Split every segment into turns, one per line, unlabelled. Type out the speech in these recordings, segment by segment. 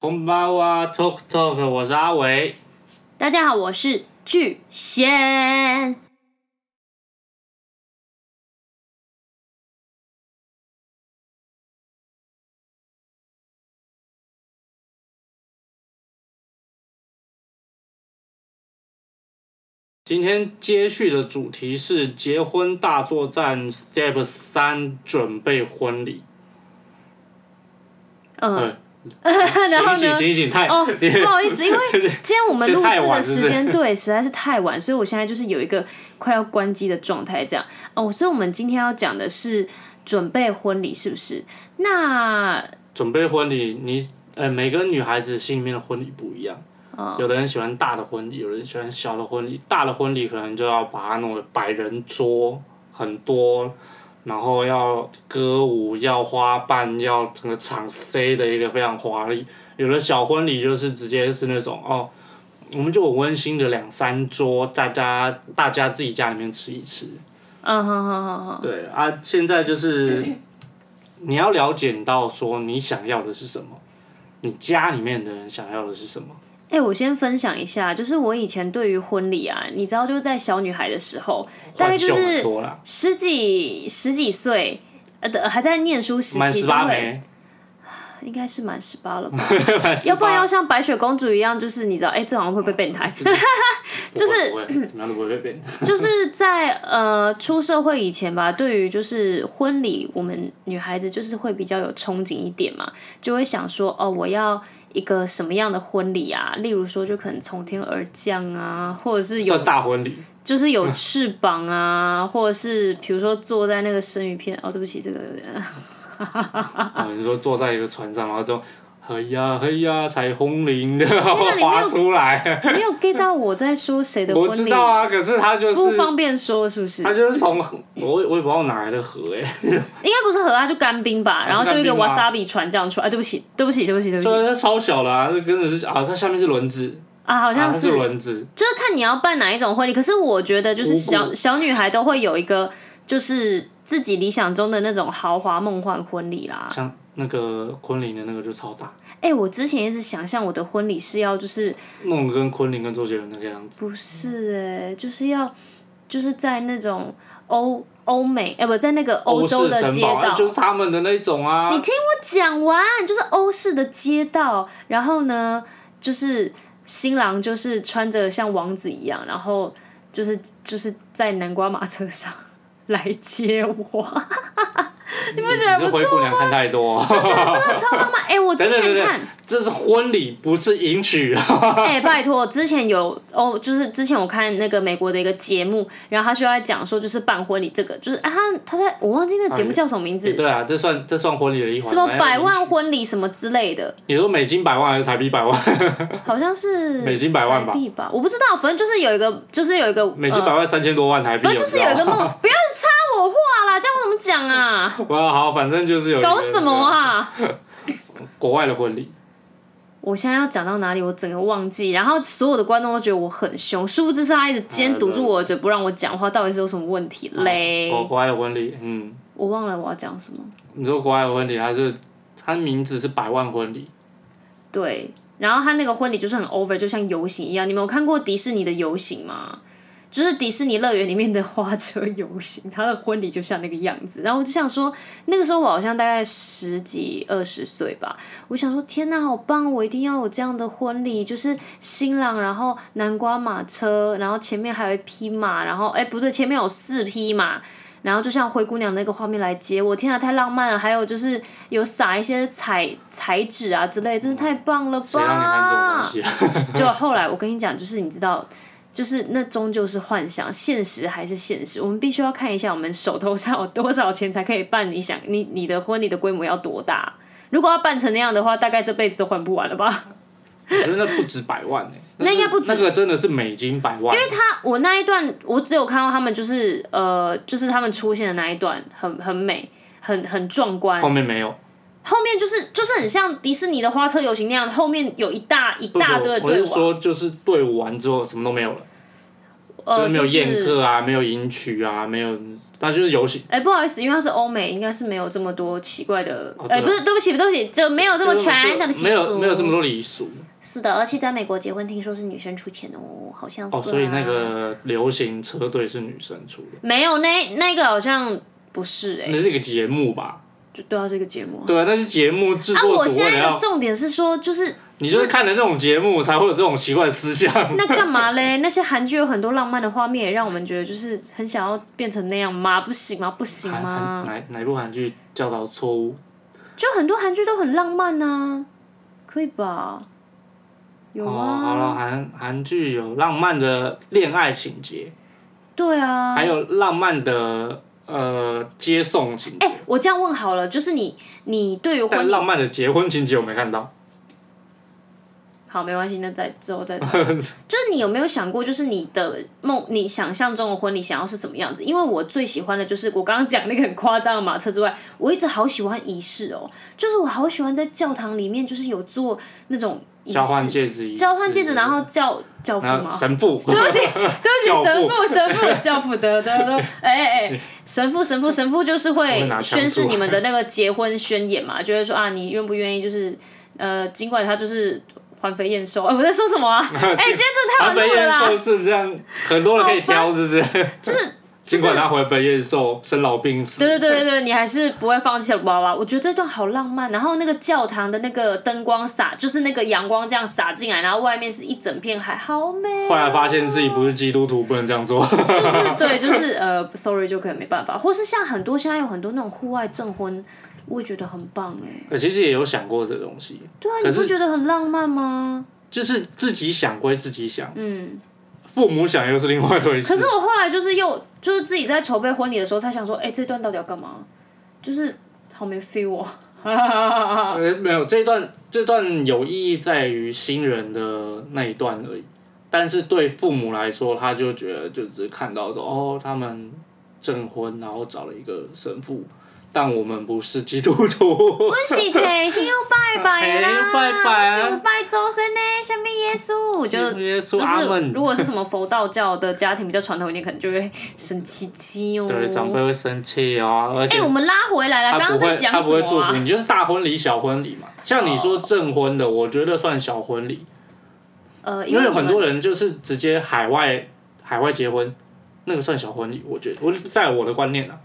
こんばんは、Talk Talk，我是阿伟。
大家好，我是巨仙。
今天接续的主题是结婚大作战 Step 三，准备婚礼。
嗯，
嗯，
呃 然后
醒醒
呢？
醒醒，太
哦，
你
不好意思，因为今天我们录
是太
制
晚
的
是不
时
是
间对实在是太晚，所以我现在就是有一个快要关机的状态，这样哦。所以我们今天要讲的是准备婚礼，是不是？那
准备婚礼，你呃，每个女孩子心里面的婚礼不一样。有的人喜欢大的婚礼，有人喜欢小的婚礼。大的婚礼可能就要把它弄得百人桌很多，然后要歌舞，要花瓣，要整个场塞的一个非常华丽。有的小婚礼就是直接是那种哦，我们就很温馨的两三桌，大家大家自己家里面吃一吃。
嗯，好好好好，
对啊，现在就是 你要了解到说你想要的是什么，你家里面的人想要的是什么。
哎、我先分享一下，就是我以前对于婚礼啊，你知道，就是在小女孩的时候，大
换
概就
秀很
是
多啦，
十几十几岁，呃，的还在念书时
满
期
十
都
八
会，
没，
应该是满十八了吧。
满18
要不然要像白雪公主一样，就是你知道，哎、这好像会被 变态。就是
不会不会怎么样都不会被变。
就是在呃出社会以前吧，对于就是婚礼，我们女孩子就是会比较有憧憬一点嘛，就会想说哦，我要一个什么样的婚礼啊？例如说，就可能从天而降啊，或者是有
算大 婚礼，
就是
嗯
有翅膀啊，或者是比如说坐在那个生鱼片哦，对不起，这个 有点。
啊，你说坐在一个船上，然后就。嘿呀嘿呀，彩虹铃的
哪你没有
滑出来，
你没有 get 到我在说谁的
我
婚
知
礼？
道啊，可是他就
不
是
方便说是不是？
他就是从我也我也不知道哪来的河哎、
应该不是河啊，就干冰吧，然后就一个
干冰吗
wasabi 船这样出来。哎对不起，对不起，对不起，对不
虽
起
然它超小啦、啊，就真的是啊，它下面是轮子，
啊，好
好
像
是,、
是，
轮子，
就是看你要办哪一种婚礼。可是我觉得，就是
五
小
谷
小女孩都会有一个，就是自己理想中的那种豪华梦幻婚礼啦。
像那个昆凌的那个就超大，
哎、我之前一直想象我的婚礼是要，就是
弄得跟昆凌跟周杰伦那个样子，
不是哎、就是要就是在那种欧欧美，哎、不在那个欧洲
式
的
城
街
堡啊
道，
就是他们的那种啊，
你听我讲完，就是欧式的街道，然后呢，就是新郎就是穿着像王子一样，然后就是就是在南瓜马车上来接我，
你不觉得灰姑娘看太多，
超浪漫！哎、我之
等等
前
等
看，
这是婚礼，不是迎娶啊。
哎、拜托，之前有哦，就是之前我看那个美国的一个节目，然后他就在讲说，就是办婚礼这个，就是啊，他他在我忘记那个节目叫什么名字，
对啊，这算这算婚礼的一环。
什么百
哎？
万婚礼什么之类的。
你说美金百万还是台币百万？
好像是
美金百万吧
台币吧，我不知道，反正就是有一个，就是有一个
美金
呃
百万三千多万台币。
反正就是有一个
我知道
梦，不要插我话啦，这样我怎么讲啊？
哇，好，反正就是有一个
搞什么？啊？
国外的婚礼，
我现在要讲到哪里，我整个忘记。然后所有的观众都觉得我很凶，殊不知是他一直监堵住我的嘴，不让我讲话，到底是有什么问题嘞？
啊国国外的婚礼，嗯，
我忘了我要讲什么。
你说国外的婚礼，它是它名字是百万婚礼，
对，然后他那个婚礼就是很 over，就像游行一样。你们有看过迪士尼的游行吗？就是迪士尼乐园里面的花车游行，他的婚礼就像那个样子。然后我就想说，那个时候我好像大概十几二十岁吧，我想说天呐，好棒！哦我一定要有这样的婚礼，就是新郎，然后南瓜马车，然后前面还有一匹马，然后哎不对，前面有四匹马，然后就像灰姑娘那个画面来接我，天啊，太浪漫了！还有就是有撒一些彩彩纸啊之类，真的太棒了吧！
谁让你看这种东西啊？
结果后来我跟你讲，就是你知道，就是那终究是幻想，现实还是现实。我们必须要看一下我们手头上有多少钱才可以办你想你你的婚礼的规模要多大。如果要办成那样的话，大概这辈子都还不完了吧？
我觉得那不止百万呢。欸
那应该
是
不止
那个真的是美金百万，因为它
他我那一段，我只有看到他们就是呃，就是他们出现的那一段，很很美，很很壮观。
后面没有。
后面就是就是很像迪士尼的花车游行那样，后面有一大一大堆的
我
队
是
伍啊，
说，就是队伍完之后什么都没有了。
呃，
就是没有
就是
宴客啊，没有迎娶啊，没有但就是游行，
哎、不好意思，因为它是欧美，应该是没有这么多奇怪的。
哦
哎、
对啊
不是，对不起，对不起，就没有这么传统的习俗。
没有没有这么多礼俗
是的，而且在美国结婚，听说是女生出钱哦，好像是、
哦，所以那个流行车队是女生出的，
没有那那个好像不是哎、
那是一个节目吧？
就对啊，这个节目啊。
对啊，那是节目制
啊，
作
我
组
现
为了
在的
要，
重点是说，就是
你就是看了这种节目才会有这种奇怪的思想。
那干嘛嘞？ 那些韩剧有很多浪漫的画面，也让我们觉得就是很想要变成那样吗？不行吗？不行
韩韩
吗？
哪哪部韩剧教导错误？
就很多韩剧都很浪漫啊，可以吧？有
哦，
啊，
好了，韩韩剧有浪漫的恋爱情节，
对啊。
还有浪漫的呃接送情节，
哎、我这样问好了，就是你你对于婚
但
礼
浪漫的结婚情节我没看到。
好，没关系，那再之后 再谈。就是你有没有想过，就是你的梦，你想象中的婚礼想要是什么样子？因为我最喜欢的就是我刚刚讲那个很夸张的马车之外，我一直好喜欢仪式哦，就是我好喜欢在教堂里面，就是有做那种仪
交换
式，
戒指仪式，
交换戒指，然后教教父
然后
吗？
神父，
对不起，对不起，神
教
父，神父，教父，得得得，哎哎哎，神父，神父，神父就是
我
会
会拿枪
宣誓
出来
你们的那个结婚宣言嘛，就会说啊，你愿不愿意？就是呃，尽管他就是环肥燕瘦，哎，我在说什 么啊？哎，今天真的太
他
晚录
被
了
验
啦！
兽是这样，很多人可以挑，是不是？
就是就
尽
是
管，他回本验兽生老病死，
对对对对对，你还是不会放弃的，哇哇！我觉得这段好浪漫。然后那个教堂的那个灯光洒，就是那个阳光这样洒进来，然后外面是一整片海，好美哦。
后来发现自己不是基督徒，不能这样做。
就是对，啊就是呃，sorry 就可能没办法，或是像很多现在有很多那种户外证婚，我也觉得很棒哎、
我呃其实也有想过这东西，
对啊，
可
你
是
不觉得很浪漫吗？
就是自己想归自己想，
嗯，
父母想又是另外一回
可
事
是。我后来就是又就是自己在筹备婚礼的时候才想说，哎、这段到底要干嘛？就是好没 feel 哦。
呃，没有这一段，这段有意义在于新人的那一段而已。但是对父母来说，他就觉得就只是看到说哦，他们证婚，然后找了一个神父，但我们不是基督 徒。
温喜提，先要拜拜啦，
嘿拜拜啊
先有拜周深呢，下面耶稣就。
耶稣
就
阿
是
门
如。果是什么佛道教的家庭比较传统一点，可能就会生气气哦。
对，长辈会生气哦，而
哎、
且
我们拉回来了，刚
他
刚
不
在
会，
讲
他
什
不会祝
么
福
啊？
你，就是大婚礼、小婚礼嘛。像你说证婚的，我觉得算小婚礼，
呃，
因为有
你们
很多人就是直接海外海外结婚，那个算小婚礼，我觉得我在我的观念啊，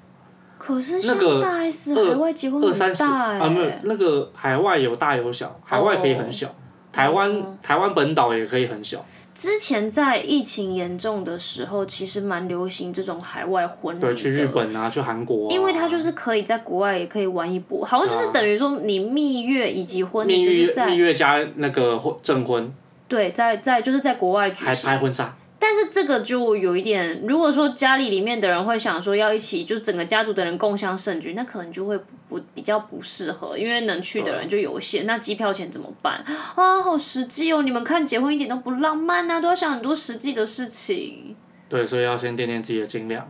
可是
那
像
个
大 S
二
海外结婚
二
很
三十
大哎、
啊没有那个海外有大有小，海外可以很
哦
小，台湾台湾本岛也可以很小，
之前在疫情严重的时候，其实蛮流行这种海外婚礼的，
对，去日本啊，去韩国啊，啊
因为它就是可以在国外也可以玩一波，好像就是等于说你蜜月以及婚
蜜
礼就是
月蜜
在
月加那个婚证婚，
对在在就是在国外举
还
行。
拍婚纱，
但是这个就有一点，如果说家里里面的人会想说要一起，就整个家族的人共襄盛举，那可能就会不不比较不适合，因为能去的人就有限。那机票钱怎么办啊？好实际哦！你们看结婚一点都不浪漫啊呐、都要想很多实际的事情。
对，所以要先掂掂自己的斤两。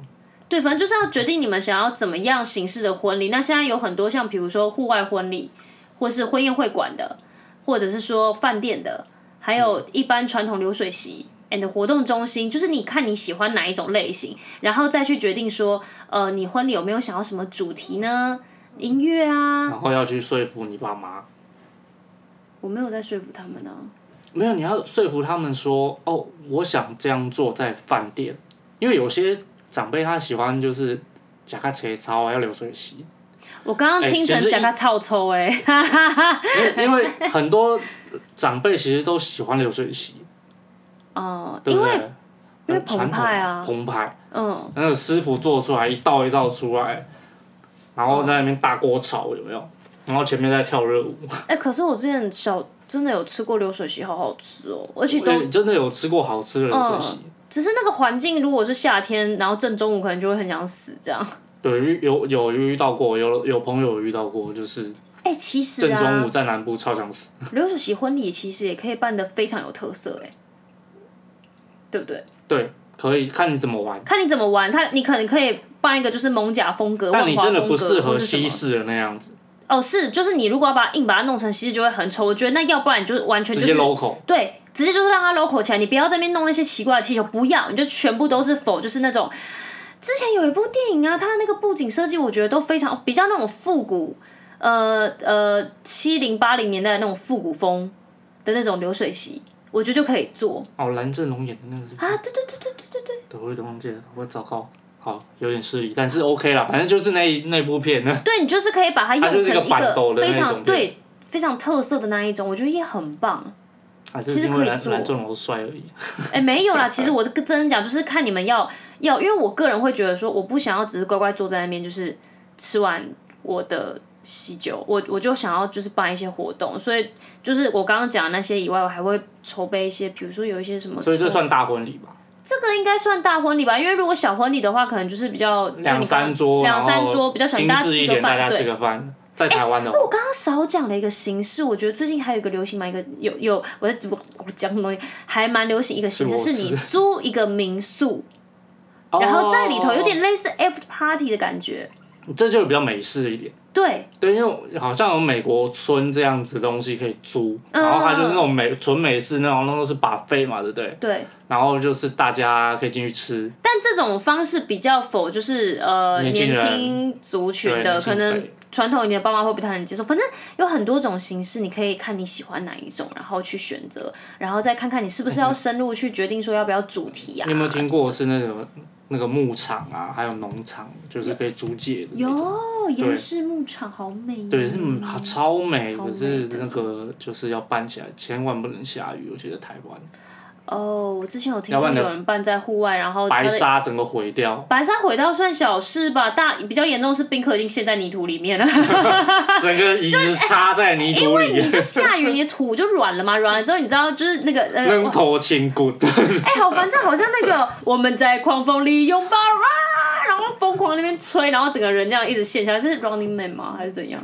对，反正就是要决定你们想要怎么样形式的婚礼。那现在有很多像比如说户外婚礼，或是婚宴会馆的，或者是说饭店的，还有一般传统流水席。and 活动中心就是你看你喜欢哪一种类型，然后再去决定说，呃，你婚礼有没有想要什么主题呢？音乐啊，
然后要去说服你爸妈。
我没有在说服他们啊。
没有，你要说服他们说，哦，我想这样做在饭店，因为有些长辈他喜欢就是夹个切操啊，要流水席，
我刚刚
哎
听成
其实
讲他操抽哎、
因为因为很多长辈其实都喜欢流水席，
哦、
对不啊
因
对
为？因为
很传统
澎湃啊
澎湃，
嗯，
那个师傅做出来一道一道出来，然后在那边大锅炒有没有？然后前面在跳热舞，
哎、可是我之前小真的有吃过流水席，好好吃哦，而且都
对，真的有吃过好吃的流水席，
只是那个环境，如果是夏天，然后正中午，可能就会很想死这样。
对，有有有遇到过，有有朋友有遇到过，就是
哎、其实
正中
啊
午，在南部超想死。
流水席婚礼其实也可以办得非常有特色、哎，对不对？
对，可以看你怎么玩。
看你怎么玩，它你可能可以办一个就是蒙甲风格、
但
万
你
华
真的
风
不适
格
合
或是什
西
么。
式的那样子，
哦，是，就是你如果要把它硬把它弄成西式，就会很丑。我觉得那要不然你就是完全
直
就
接
是
local。
对，直接就是让它 local 起来，你不要在那边弄那些奇怪的气球，不要，你就全部都是否就是那种之前有一部电影啊，它的那个布景设计我觉得都非常比较那种复古，呃呃七零八零年代的那种复古风的那种流水席，我觉得就可以做
哦，蓝正龙演的那个是不是？
啊！对对对对对对对，
对，我有点忘记了，我糟糕，好，有点失礼，但是 OK 啦，反正就是那一那部片呢，
对你就是可以把它
它就
用
是
成
一个板豆的
非
那
常
种
对非常特色的那一种，我觉得也很棒。
还啊是
其实
因
可
为
以
蓝
做
蓝正龙帅而已。
哎、没有啦，其实我这个真讲就是看你们要要，因为我个人会觉得说，我不想要只是乖乖坐在那边，就是吃完我的喜酒，我我就想要就是办一些活动，所以就是我刚刚讲的那些以外，我还会筹备一些，比如说有一些什么，
所以这算大婚礼吧？
这个应该算大婚礼吧，因为如果小婚礼的话，可能就是比较就你刚
两三桌，
两三
然后
桌比较小，
精
大家
致
吃
一
个
点，大
饭，
家
对
吃。个饭。在台湾的话，
我刚刚少讲了一个形式，我觉得最近还有一个流行嘛，一个有有我在我我讲什么东西，还蛮流行一个形式，
是
是
我
你租一个民宿，然后在里头有点类似 after party 的感觉。
哦，这就比较美式一点。
对，
对，因为好像有美国村这样子东西可以租，
嗯
然后它就是那种美纯美式那种，那都是把费嘛，对不对？
对，
然后就是大家可以进去吃，
但这种方式比较否就是呃
年轻
年
人
轻族群
对
的，
年轻
可能
辈
传统一点的爸妈会不太能接受。反正有很多种形式，你可以看你喜欢哪一种，然后去选择，然后再看看你是不是要深入去决定说要不要主题啊。
嗯你有没有听过是那种那个牧场啊，还有农场，就是可以租借的那种。
有岩石牧场好美哦，
对，是嗯好超美，
超
可
美
是
的
那个就是要办起来，千万不能下雨。我觉得台湾
哦，我之前有听
要不
说
然呢
有人办在户外，然后哦它
白
的
沙整个毁掉，
白沙毁掉算小事吧，大比较严重是宾客已经陷在泥土里面了，
整个椅子插在泥土里，
你就下雨，你的土就软了嘛，软了之后你知道就是那个呃，
扔头轻滚。
哎、好烦，这样好像那个我们在狂风里拥抱啊，然后疯狂那边吹，然后整个人这样一直陷下来，这是 Running Man 吗？还是怎样？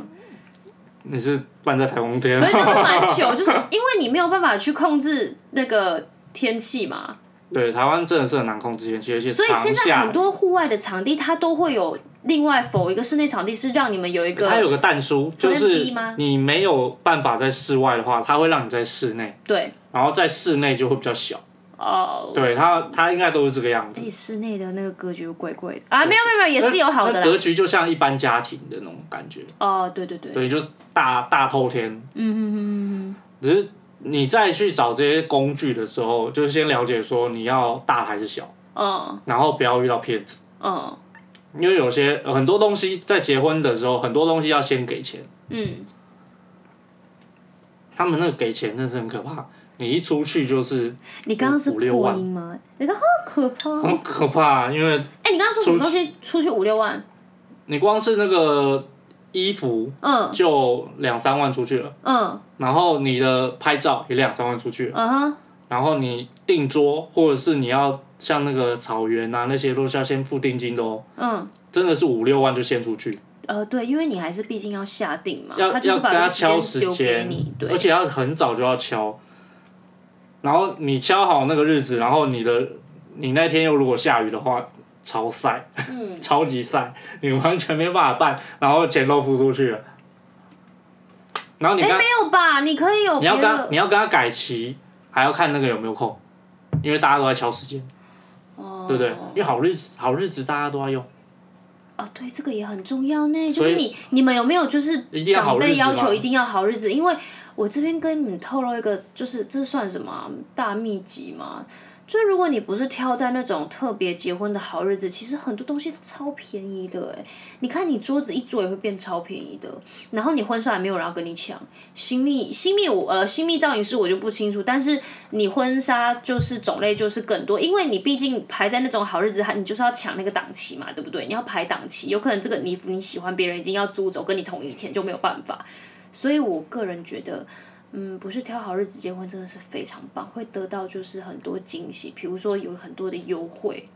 你是办在台风天啊
反？正就是蛮糗，就是因为你没有办法去控制那个天气嘛，
对，台湾真的是很难控制天气，而且
所以现
长
在很
夏
多户外的场地，它都会有另外否一个室内场地，是让你们有一
它
个
有个蛋书，就
Plan
是
B 吗
你没有办法在室外的话，它会让你在室内，
对
然后在室内就会比较小。
哦。
对，它它应该都是这个样子。
哎，室内的那个格局怪怪的啊，没有没有没有，也是有好的
那
啦。
格局就像一般家庭的那种感觉，
哦，对对对，
呃对，就大大透天。嗯嗯嗯嗯。只是你再去找这些工具的时候，就是先了解说你要大还是小，
嗯
然后不要遇到骗子，
嗯
因为有些呃很多东西在结婚的时候，很多东西要先给钱，
嗯，
他们那个给钱真的是很可怕，你一出去就是
你刚刚是
五六
破
万
音吗？你刚好可怕哦。
很可怕，因为
哎，你刚刚说什么东西？出去五六万？
你光是那个衣服
嗯
就两三万出去了，
嗯
然后你的拍照也两三万出去了。
嗯哼，
然后你订桌，或者是你要像那个草原啊那些，都是要先付定金的哦，
嗯
真的是五六万就先出去，
呃，对，因为你还是毕竟要下定嘛，
要
他就
要
是把
跟
这
他
个
敲时
时间丢给
间
你，，对
而，且要很早就要敲，然后你敲好那个日子，然后你的你那天又如果下雨的话，超晒，
嗯，
超级晒，你完全没办法办，然后钱都付出去了，然后你
哎，
跟他
没有吧？你可以有
你
别
要跟他
的
你要跟他改期，还要看那个有没有空，因为大家都在敲时间。
哦，
对不对？因为好日子，好日子大家都要用，
哦，对，这个也很重要呢。就
所
是
以
你你们有没有就是
一定要
长
好日
辈
子
要求
吗
一定要好日子？因为我这边跟你们透露一个，就是这算什么啊、大秘籍嘛？就是如果你不是挑在那种特别结婚的好日子，其实很多东西都超便宜的哎。你看你桌子一桌也会变超便宜的，然后你婚纱也没有人要跟你抢。新密新密我呃新密造型师我就不清楚，但是你婚纱就是种类就是更多，因为你毕竟排在那种好日子，还你就是要抢那个档期嘛，对不对？你要排档期，有可能这个礼服你喜欢，别人已经要租走，跟你同一天就没有办法。所以我个人觉得，嗯，不是挑好日子结婚真的是非常棒，会得到就是很多惊喜，比如说有很多的优惠，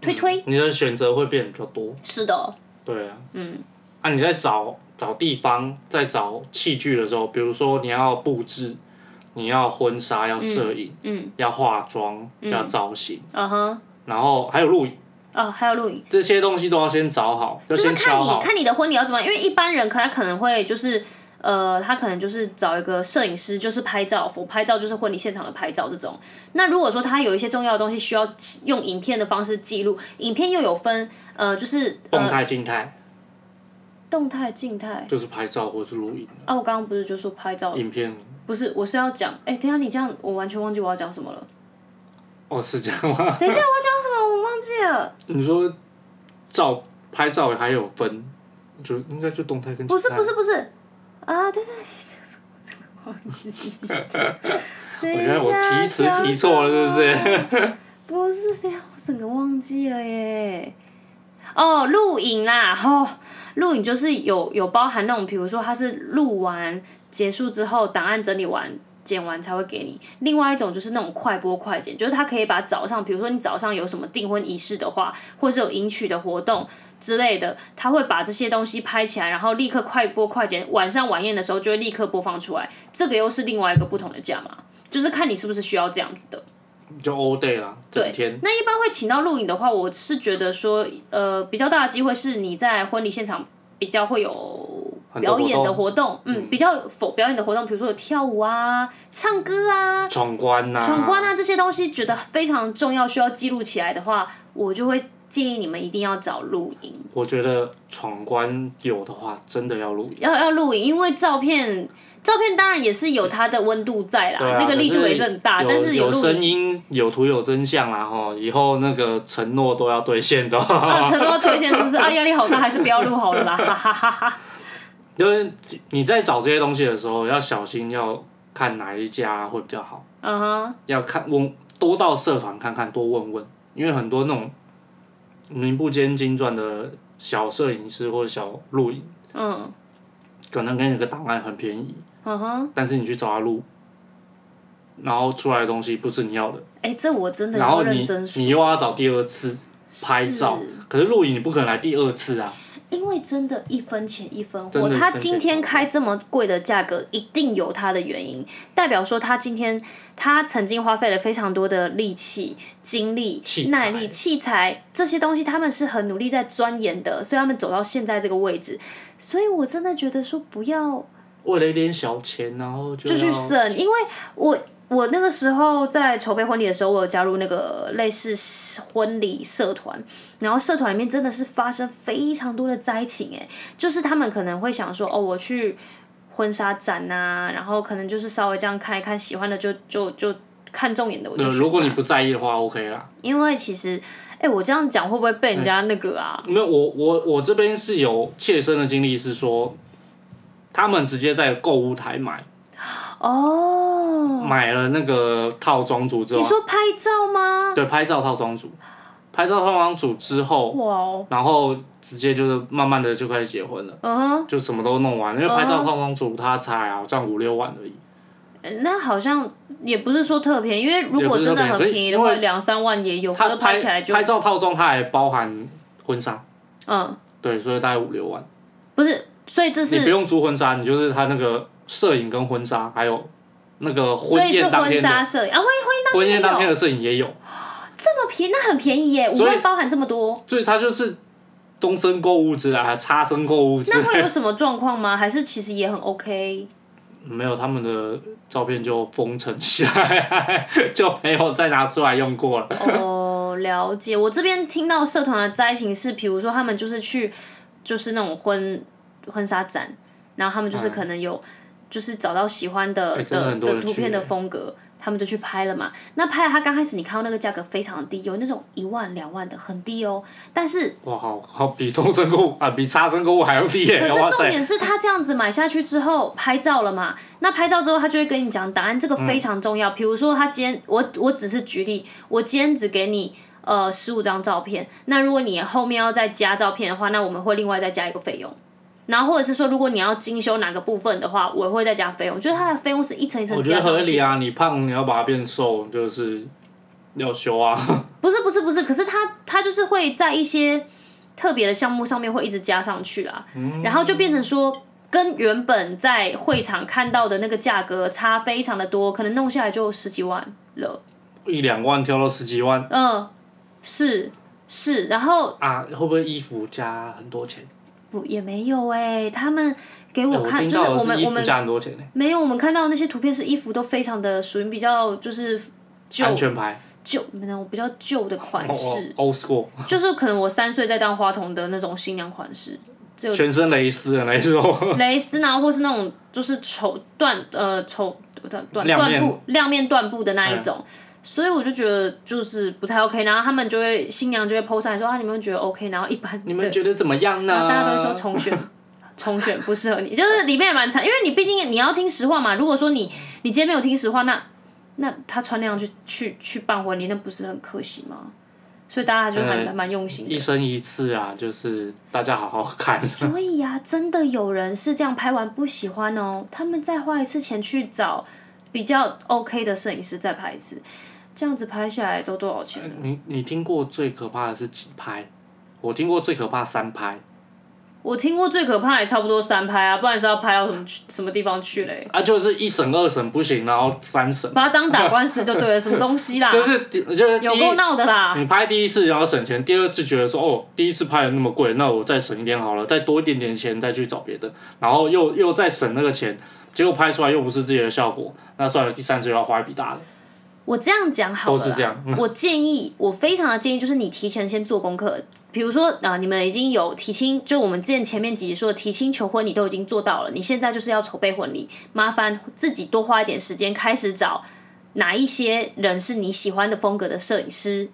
推推、
你的选择会变得比较多。
是的，
对啊，嗯，啊，你在找找地方，在找器具的时候，比如说你要布置，你要婚纱，要摄影，
嗯，
要化妆，要造型，
嗯哼，
然后还有录影，
哦，还有录影。
这些东西都要先找好，要
就是
先
看
挑
你
好。
看你的婚礼要怎么样，因为一般人可能可能会就是呃，他可能就是找一个摄影师，就是拍照，否拍照就是婚礼现场的拍照这种。那如果说他有一些重要的东西需要用影片的方式记录，影片又有分呃，就是
动态静态
动态、静态。
就是拍照或是录影、
啊，我刚刚不是就说拍照，
影片。
不是，我是要讲，哎、等一下你这样，我完全忘记我要讲什 么了。
哦，是这样 吗？
等一下我要讲什么，我忘记了。
你说照拍照还有分，就应该就动态跟
不是
静态
不是不是，啊，对对对，
我
忘
觉
记了。
得我提词提错了，
啊是？
是
啊
不是？
不是这样，我整个忘记了耶。哦，录影啦，哦，录影就是有有包含那种，比如说它是录完结束之后，档案整理完。剪完才会给你。另外一种就是那种快播快剪，就是它可以把早上，比如说你早上有什么订婚仪式的话，或是有迎娶的活动之类的，它会把这些东西拍起来，然后立刻快播快剪。晚上晚宴的时候就会立刻播放出来。这个又是另外一个不同的价码，就是看你是不是需要这样子的。
就 all day 啦，整天。
那一般会请到录影的话，我是觉得说，呃，比较大的机会是你在婚礼现场比较会有
很多
表
活
演的
动
活动，嗯，比较否表演的活动，比如说有跳舞啊、唱歌啊、
闯关呐、
闯关啊这些东西，觉得非常重要，需要记录起来的话，我就会建议你们一定要找录影，
我觉得闯关有的话，真的要录影。
要要录影，因为照片。照片当然也是有它的温度在啦，
对啊
那个力度也是很大，
有
但是
有
录影
声音、有图、有真相啦，吼，以后那个承诺都要兑现的。
啊，承诺兑现是不是啊？压力好大，还是不要录好了啦，哈哈哈哈。
就是你在找这些东西的时候，要小心，要看哪一家会比较好，
嗯哼，
要看问多到社团看看，多问问，因为很多那种名不见经传的小摄影师或者小录影，
嗯，
可能给你个档案很便宜，
嗯哼。
但是你去找他录，然后出来的东西不是你要的，
哎、这我真的
然
要
后
认
你
真说，
你又要找第二次拍照
是，
可是录影你不可能来第二次啊，
因为真的，一分钱一分
真
货。
的一
他
分
今
钱一分
天
货
开这么贵的价格，一定有他的原因，代表说他今天他曾经花费了非常多的力气、精力
器、材
耐力、器材这些东西，他们是很努力在钻研的，所以他们走到现在这个位置。所以我真的觉得说，不要
为了一点小钱，然后就
就去
要
省，因为我我那个时候在筹备婚礼的时候，我有加入那个类似婚礼社团，然后社团里面真的是发生非常多的灾情，哎，就是他们可能会想说，哦，我去婚纱展呐、然后可能就是稍微这样看一看，喜欢的就就就看中眼的我就
呃
选
如果你
它
不在意的话，OK 啦。
因为其实，哎，我这样讲会不会
嗯
被人家那个啊？
没有，我我我这边是有切身的经历，是说他们直接在购物台买
哦，
买了那个套装组之后
你，说拍照吗？
对，拍照套装组，拍照套装组之后，
哇哦，
然后直接就是慢慢的就开始结婚了，
嗯哼。嗯
就什么都弄完了，因为拍照套装组它才好像五六万而已。
那好像也不是说特便宜，因为如果
也不是
真
特便宜
的很
可是
便宜的
因
话，
为
两三万也有，可
它
是
拍
拍起来就
拍照套装它还包含婚纱，
嗯，
对，所以大概五六万。
不是，所以这
你不
是
用租婚纱，你就是它那个摄影跟婚纱，还有那个
所
婚
以是
宴当
婚
天的
纱摄影啊，婚
婚
宴
宴
当
当
天
天
有
的摄影也有。
这么便宜，那很便宜耶，五
所以
万包含这么多，
所以他就是东升购物之啊，差生购物之
那，会有什么状况吗？还是其实也很 OK？
没有他们的照片就封存起来， 就没有再拿出来用过了。
哦，了解。我这边听到社团的灾情是，比如说他们就是去，就是那种婚婚纱展，然后他们就是可能有，就是找到喜欢的、
嗯哎真的
的
很多人
图片
去
的
哎
风格，他们就去拍了嘛。那拍了，他刚开始你看到那个价格非常低，有那种一万两万的，很低哦。但是
哇，好好比东升购物啊，比差生购物还要低耶、
可是
哇
重
塞！
点是他这样子买下去之后拍照了嘛？那拍照之后他就会跟你讲答案，这个非常重要。比如说他今天我我只是举例，我今天只给你呃十五张照片，那如果你后面要再加照片的话，那我们会另外再加一个费用。然后或者是说，如果你要精修哪个部分的话，我会再加费用。就是它的费用是一层一层
我觉
加
得
上
合
去。
理啊，你胖你要把它变瘦，就是要修啊。
不是不是不是，可是他他就是会在一些特别的项目上面会一直加上去啦，
嗯
然后就变成说跟原本在会场看到的那个价格差非常的多，可能弄下来就十几万了。
一两万挑到十几万
嗯，是是，然后
啊，会不会衣服加很多钱？
不也没有哎、他们给我看、
哎听
就是
到
我
的
们
衣
我
服
们
加很多钱呢，
没有，我们看到的那些图片是衣服都非常的属于比较就是旧
安全牌，
旧那种比较旧的款
哎哦
式，
哦，old school，
就是可能我三岁在当花童的那种新娘款式，只有
全身蕾丝的那种，
蕾丝啊，或是那种就是绸缎呃绸缎缎
亮
缎
面嗯
布亮面缎布的那一种。所以我就觉得就是不太 OK，然后他们就会新娘就会 PO 上来说啊，你们觉得 OK？然后一般
你们觉得怎么样呢？
然后大家都会说重 选，重选不适合你，就是里面也蛮惨，因为你毕竟你要听实话嘛。如果说你你今天没有听实话，那那他穿那样去去去办婚礼，那不是很可惜吗？所以大家就还蛮蛮用心的。
一生一次啊，就是大家好好 看。
所以呀、真的有人是这样拍完不喜欢哦，他们在花一次钱去找比较 OK 的摄影师再拍一次，这样子拍下来都多少钱？
你你听过最可怕的是几拍？我听过最可怕三拍
我听过最可怕也差不多三拍啊，不然是要拍到什么去什么地方去嘞？
啊，就是一审二审不行，然后三审，
把它当打官司就对了，什么东西 啦？
就是第就是第
有够
一。
闹的啦！
你拍第一次然后省钱，第二次觉得说哦，第一次拍的那么贵，那我再省一点好了，再多一点点钱再去找别的，然后又又再省那个钱，结果拍出来又不是自己的效果，那算了，第三次又要花一笔大的。
我这样讲好了啦，
都是这样嗯
我建议，我非常的建议，就是你提前先做功课。比如说啊、你们已经有提亲，就我们之前前面几集说的提亲求婚，你都已经做到了，你现在就是要筹备婚礼，麻烦自己多花一点时间，开始找哪一些人是你喜欢的风格的摄影师。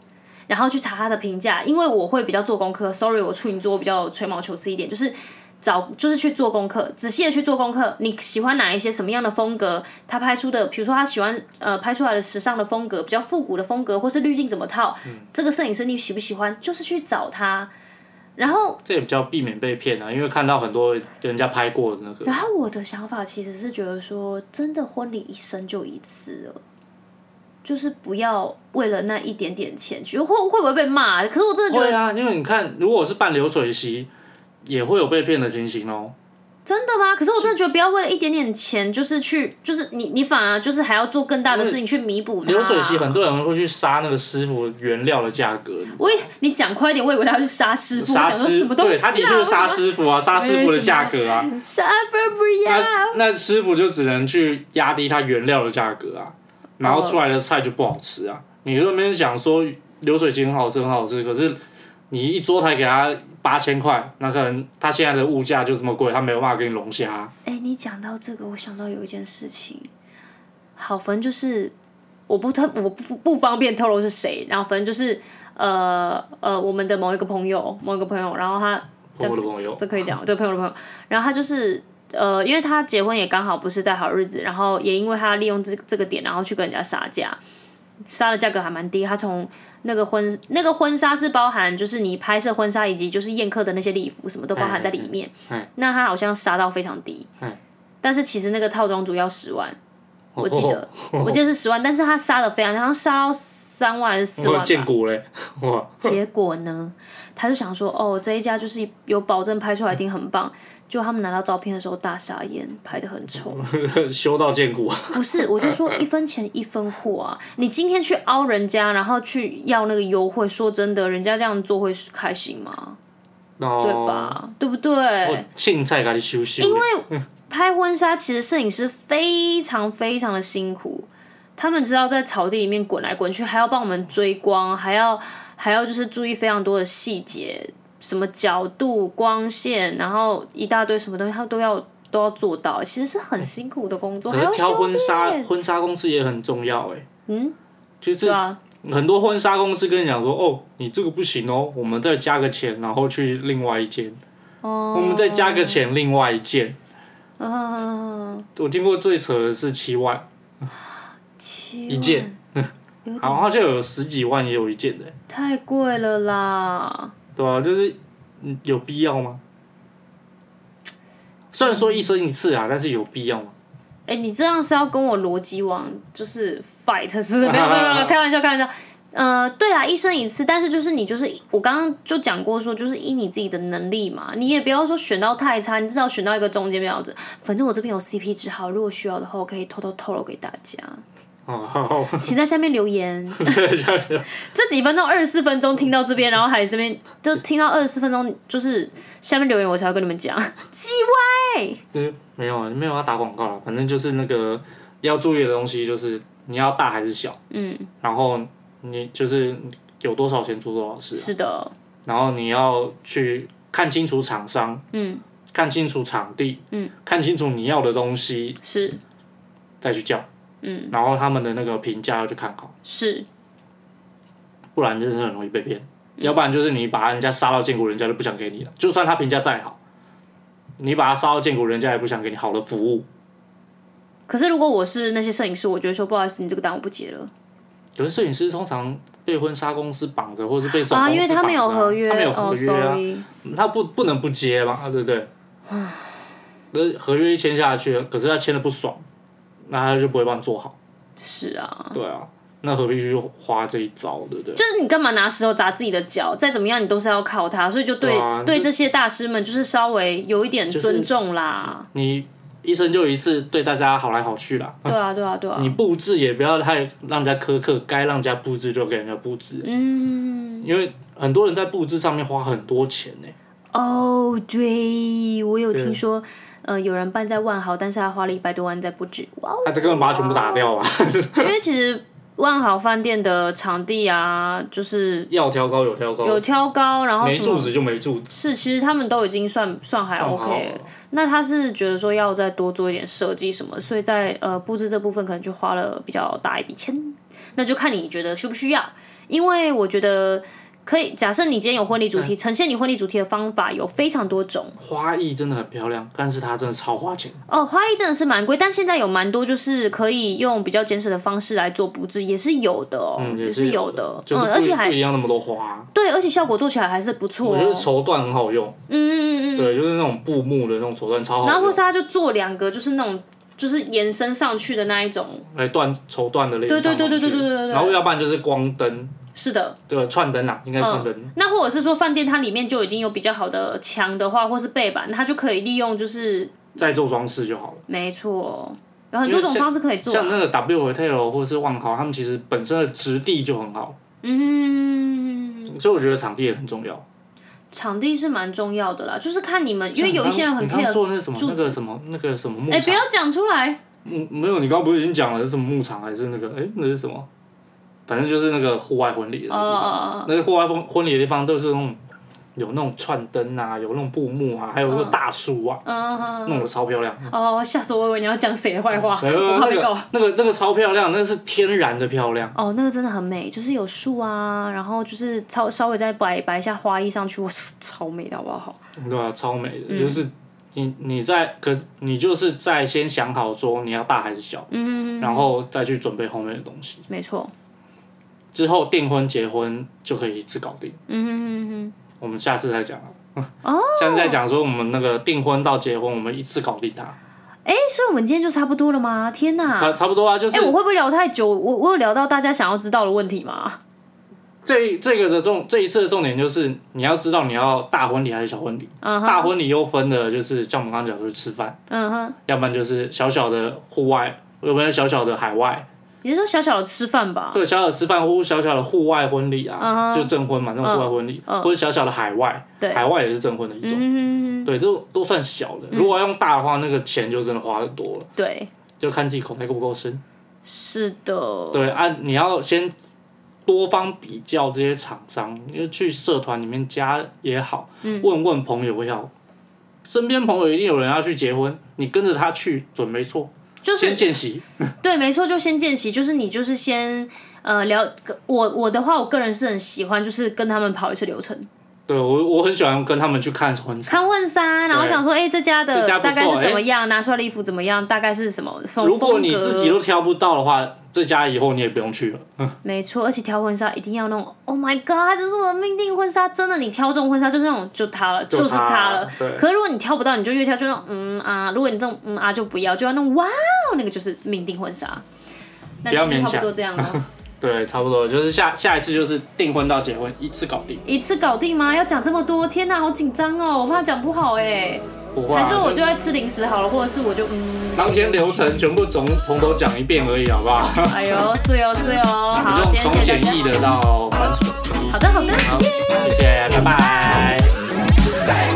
然后去查他的评价，因为我会比较做功课。Sorry，我处女座我比较吹毛求疵一点，就是找就是去做功课，仔细的去做功课。你喜欢哪一些什么样的风格？他拍出的，比如说他喜欢呃拍出来的时尚的风格，比较复古的风格，或是滤镜怎么套，
嗯
这个摄影师你喜不喜欢？就是去找他。然后，
这也比较避免被骗啊，因为看到很多人家拍过的那个
然，后我的想法其实是觉得说，真的婚礼一生就一次了。就是不要为了那一点点钱去，会会不会被骂？可是我真的觉
对
得，
啊，因为你看，如果是办流水席，也会有被骗的情形哦。
真的吗？可是我真的觉得不要为了一点点钱，就是去，就是你你反而就是还要做更大的事情去弥补它。
流水席很多人会去杀那个师傅原料的价格，
我以你讲快一点，我以为他要去杀师傅，
杀
我想说
师
什么东西
对
啊？
他的确是杀师傅啊，杀师傅的价格啊，
为什么杀夫不
那
要。
那师傅就只能去压低他原料的价格啊，然
哦
后出来的菜就不好吃啊。你这边讲说流水席很好吃很好吃，可是你一桌才给他八千块，那可能他现在的物价就这么贵，他没有办法给你龙虾啊、
哎、你讲到这个，我想到有一件事情，好，反正就是我不特我不不方便透露是谁，然后反正就是呃呃，我们的某一个朋友，某一个朋友，然后他
婆婆的朋友，
这可以讲，对朋友的朋友。然后他就是呃，因为他结婚也刚好不是在好日子，然后也因为他利用这这个点，然后去跟人家杀价，杀的价格还蛮低。他从那个婚那个婚纱是包含就是你拍摄婚纱以及就是宴客的那些礼服什么都包含在里面。那他好像杀到非常低。但是其实那个套装主要十万，我记 得、我记得是十万，但是他杀的非常，好像杀到三万还是四
我
万
有
吧。
见骨嘞，哇，
结果呢，他就想说，哦，这一家就是有保证拍出来一定很棒。就他们拿到照片的时候大傻眼，拍的很丑。
修到见骨，
不是，我就说一分钱一分货啊！你今天去凹人家，然后去要那个优惠，说真的，人家这样做会开心吗？对
哦，
吧？对不对？
我青菜给你修修嘞，
拍婚纱其实摄影师非常非常的辛苦，他们知道在草地里面滚来滚去，还要帮我们追光，还要还要就是注意非常多的细节，什么角度、光线，然后一大堆什么东西，他都要都要做到，其实是很辛苦的工作，还
可
要
是挑
修
婚纱
片，
婚纱公司也很重要哎、
嗯，
就是
对啊，
很多婚纱公司跟你讲说，哦，你这个不行哦，我们再加个钱，然后去另外一间，
哦，
我们再加个钱，另外一件。
嗯，嗯，
我听过最扯的是七万，
七
一件
万，有点
好好像有十几万也有一件的、
太贵了啦，
对吧、就是嗯有必要吗？虽然说一生一次啊，但是有必要吗？
哎、你这样是要跟我逻辑王就是 fight 是不是？没有没有没有没有，开玩笑开玩笑。呃，对啊，一生一次，但是就是你就是我刚刚就讲过说，就是依你自己的能力嘛，你也不要说选到太差，你至少选到一个中间标准。反正我这边有 CP 值好，如果需要的话，我可以偷偷透露给大家。
哦，好好，
请在下面留言。这几分钟二十四分钟听到这边，然后还这边就听到二十四分钟，就是下面留言我才会跟你们讲。叽歪，
嗯，没有啊，没有要打广告了，反正就是那个要注意的东西，就是你要大还是小，
嗯，
然后你就是有多少钱出多少事，
是的，
然后你要去看清楚厂商，
嗯，
看清楚场地，
嗯，
看清楚你要的东西
是，
再去叫，
嗯，
然后他们的那个评价要去看好，
是，
不然真的是很容易被骗。
嗯
要不然就是你把人家杀到见骨，人家就不想给你了。就算他评价再好，你把他杀到见骨，人家也不想给你好的服务。
可是如果我是那些摄影师，我就会说不好意思，你这个单我不接了。
可是摄影师通常被婚纱公司绑着，或者是被总公司
啊，
绑着、
因为他们有合约，
他们有合约
哦
啊，
，sorry，
他不不能不接嘛，啊对不对？那合约一签下去，可是他签的不爽，那他就不会帮你做好，
是啊，
对啊，那何必去花这一招，对不对？
就是你干嘛拿石头砸自己的脚？再怎么样，你都是要靠他，所以就对
对啊
对
就
这些大师们，就是稍微有一点
就是啊
尊重啦。
你一生就一次，对大家好来好去啦。
对啊，对啊，对啊。
你布置也不要太让人家苛刻，该让人家布置就给人家布置，
嗯，
因为很多人在布置上面花很多钱呢、
哦，对，我有
对
听说，呃，有人办在万豪，但是他花了一百多万在布置，哇哦！
他啊这个把它全部打掉啊，
因为其实万豪饭店的场地啊， 就是
要挑高有挑高，
有挑高，然后
没
什
柱
么
子就没柱子。
是，其实他们都已经算算还
算
OK
好
了那他是觉得说要再多做一点设计什么，所以在呃布置这部分可能就花了比较大一笔钱，那就看你觉得需不需要。因为我觉得可以，假设你今天有婚礼主
嗯
题，呈现你婚礼主题的方法有非常多种。
花艺真的很漂亮，但是它真的超花钱。
哦，花艺真的是蛮贵，但现在有蛮多就是可以用比较节省的方式来做布置，也是有的哦，
嗯，
也
是
有
的
的，，
就是
嗯，而且
不
还
不一样那么多花。
对，而且效果做起来还是不错、哦。
我觉得绸缎很好用，
嗯嗯嗯嗯。
对，就是那种布幕的那种绸缎超好
然后或
用
是，他就做两个，就是那种就是延伸上去的那一种，
来缎绸缎的那种
对对对对对对对对对
然后要不然就是光灯，
是的。
对，串灯啊，应该
嗯
串灯。
那或者是说饭店它里面就已经有比较好的墙的话，或是背板，它就可以利用，就是
再做装饰就好了。
没错，有很多种方式可以做
像
啊、
那个 W Hotel 或者是万豪，他们其实本身的质地就很好，
嗯，
所以我觉得场地也很重要。
场地是蛮重要的啦，就是看你们，因为有一些人很
像你刚你
care
刚做那个什么
柱子
那个什么那个什么牧
哎、不
场，
要讲出来。
嗯，没有，你刚刚不是已经讲了是什么牧场还是那个哎那是什么？反正就是那个户外婚礼的那
哦
个地方
哦哦，
那个户外婚婚礼的地方都是那种有那种串灯啊，有那种布幕啊，还有那个大树啊，
嗯
弄得超漂亮。
哦，吓死我！我以为你要讲谁的坏话，
没有没有
我怕
那
被告
个。那个那个超漂亮，那是天然的漂亮。
哦，那个真的很美，就是有树啊，然后就是稍稍微再摆摆一下花艺上去，哇， 超美的，好不好？
对啊，超美
嗯
的，就是你你在可你就是在先想好说你要大还是小，
嗯，
然后再去准备后面的东西，
没错，
之后订婚结婚就可以一次搞定。
嗯
我们下次再讲啊，
哦，
下次再讲说我们那个订婚到结婚，我们一次搞定它，
哎，所以我们今天就差不多了吗？天
差
哪！
差不多啊，就是
哎，我会不会聊太久？我我有聊到大家想要知道的问题吗？
这这个的重这一次的重点就是你要知道你要大婚礼还是小婚礼，
嗯
大
哼，
婚礼又分的就是像我们刚刚讲就是吃饭，
嗯哼，
要不然就是小小的户外，要不然小小的海外。
也就是说小小的吃饭吧。
对，小小的吃饭或小小的户外婚礼啊
啊嗯哼
就证婚嘛，那种户外婚礼
嗯
或者小小的海外，
对，
海外也是证婚的一种。
嗯，
对，都都算小的。如果要用大的话，那个钱就真的花的多了，
对，
就看自己口袋够不够深。
是的，
对啊，你要先多方比较这些厂商，因为去社团里面加也好，
嗯
问问朋友也好，身边朋友一定有人要去结婚，你跟着他去准没错，
就 是
先见习。
对，没错，就先见习，就是你就是先呃聊我我的话，我个人是很喜欢，就是跟他们跑一次流程。
对我我很喜欢跟他们去看婚纱。
看婚纱，然后
对
想说，哎、这家的
这家不
大
错
概是怎么样？拿出来的衣服怎么样？大概是什么风
如果你
风格
自己都挑不到的话，这家以后你也不用去了。
没错，而且挑婚纱一定要那种，Oh my God，这是我的命定婚纱，真的，你挑中婚纱就是那种，就它了，
就它
是它了。
对
可是如果你挑不到，你就越挑就那种，嗯啊，如果你这种嗯啊就不要，就要那种哇哦，那个就是命定婚纱。那
不
今
要
天
勉
差
强
不多这样了，
对，差不多就是下下一次就是订婚到结婚一次搞定。
一次搞定吗？要讲这么多，天哪，好紧张哦，我怕讲不好哎、
不会、啊。
还是我就在吃零食好了，或者是我就嗯。
当天流程全部从从头讲一遍而已，好不好？
哎呦，是哟是哟，哦好，
就
今天
从
谢
简
谢大家
易。的到繁琐。
好的好的。
好，谢谢，拜拜。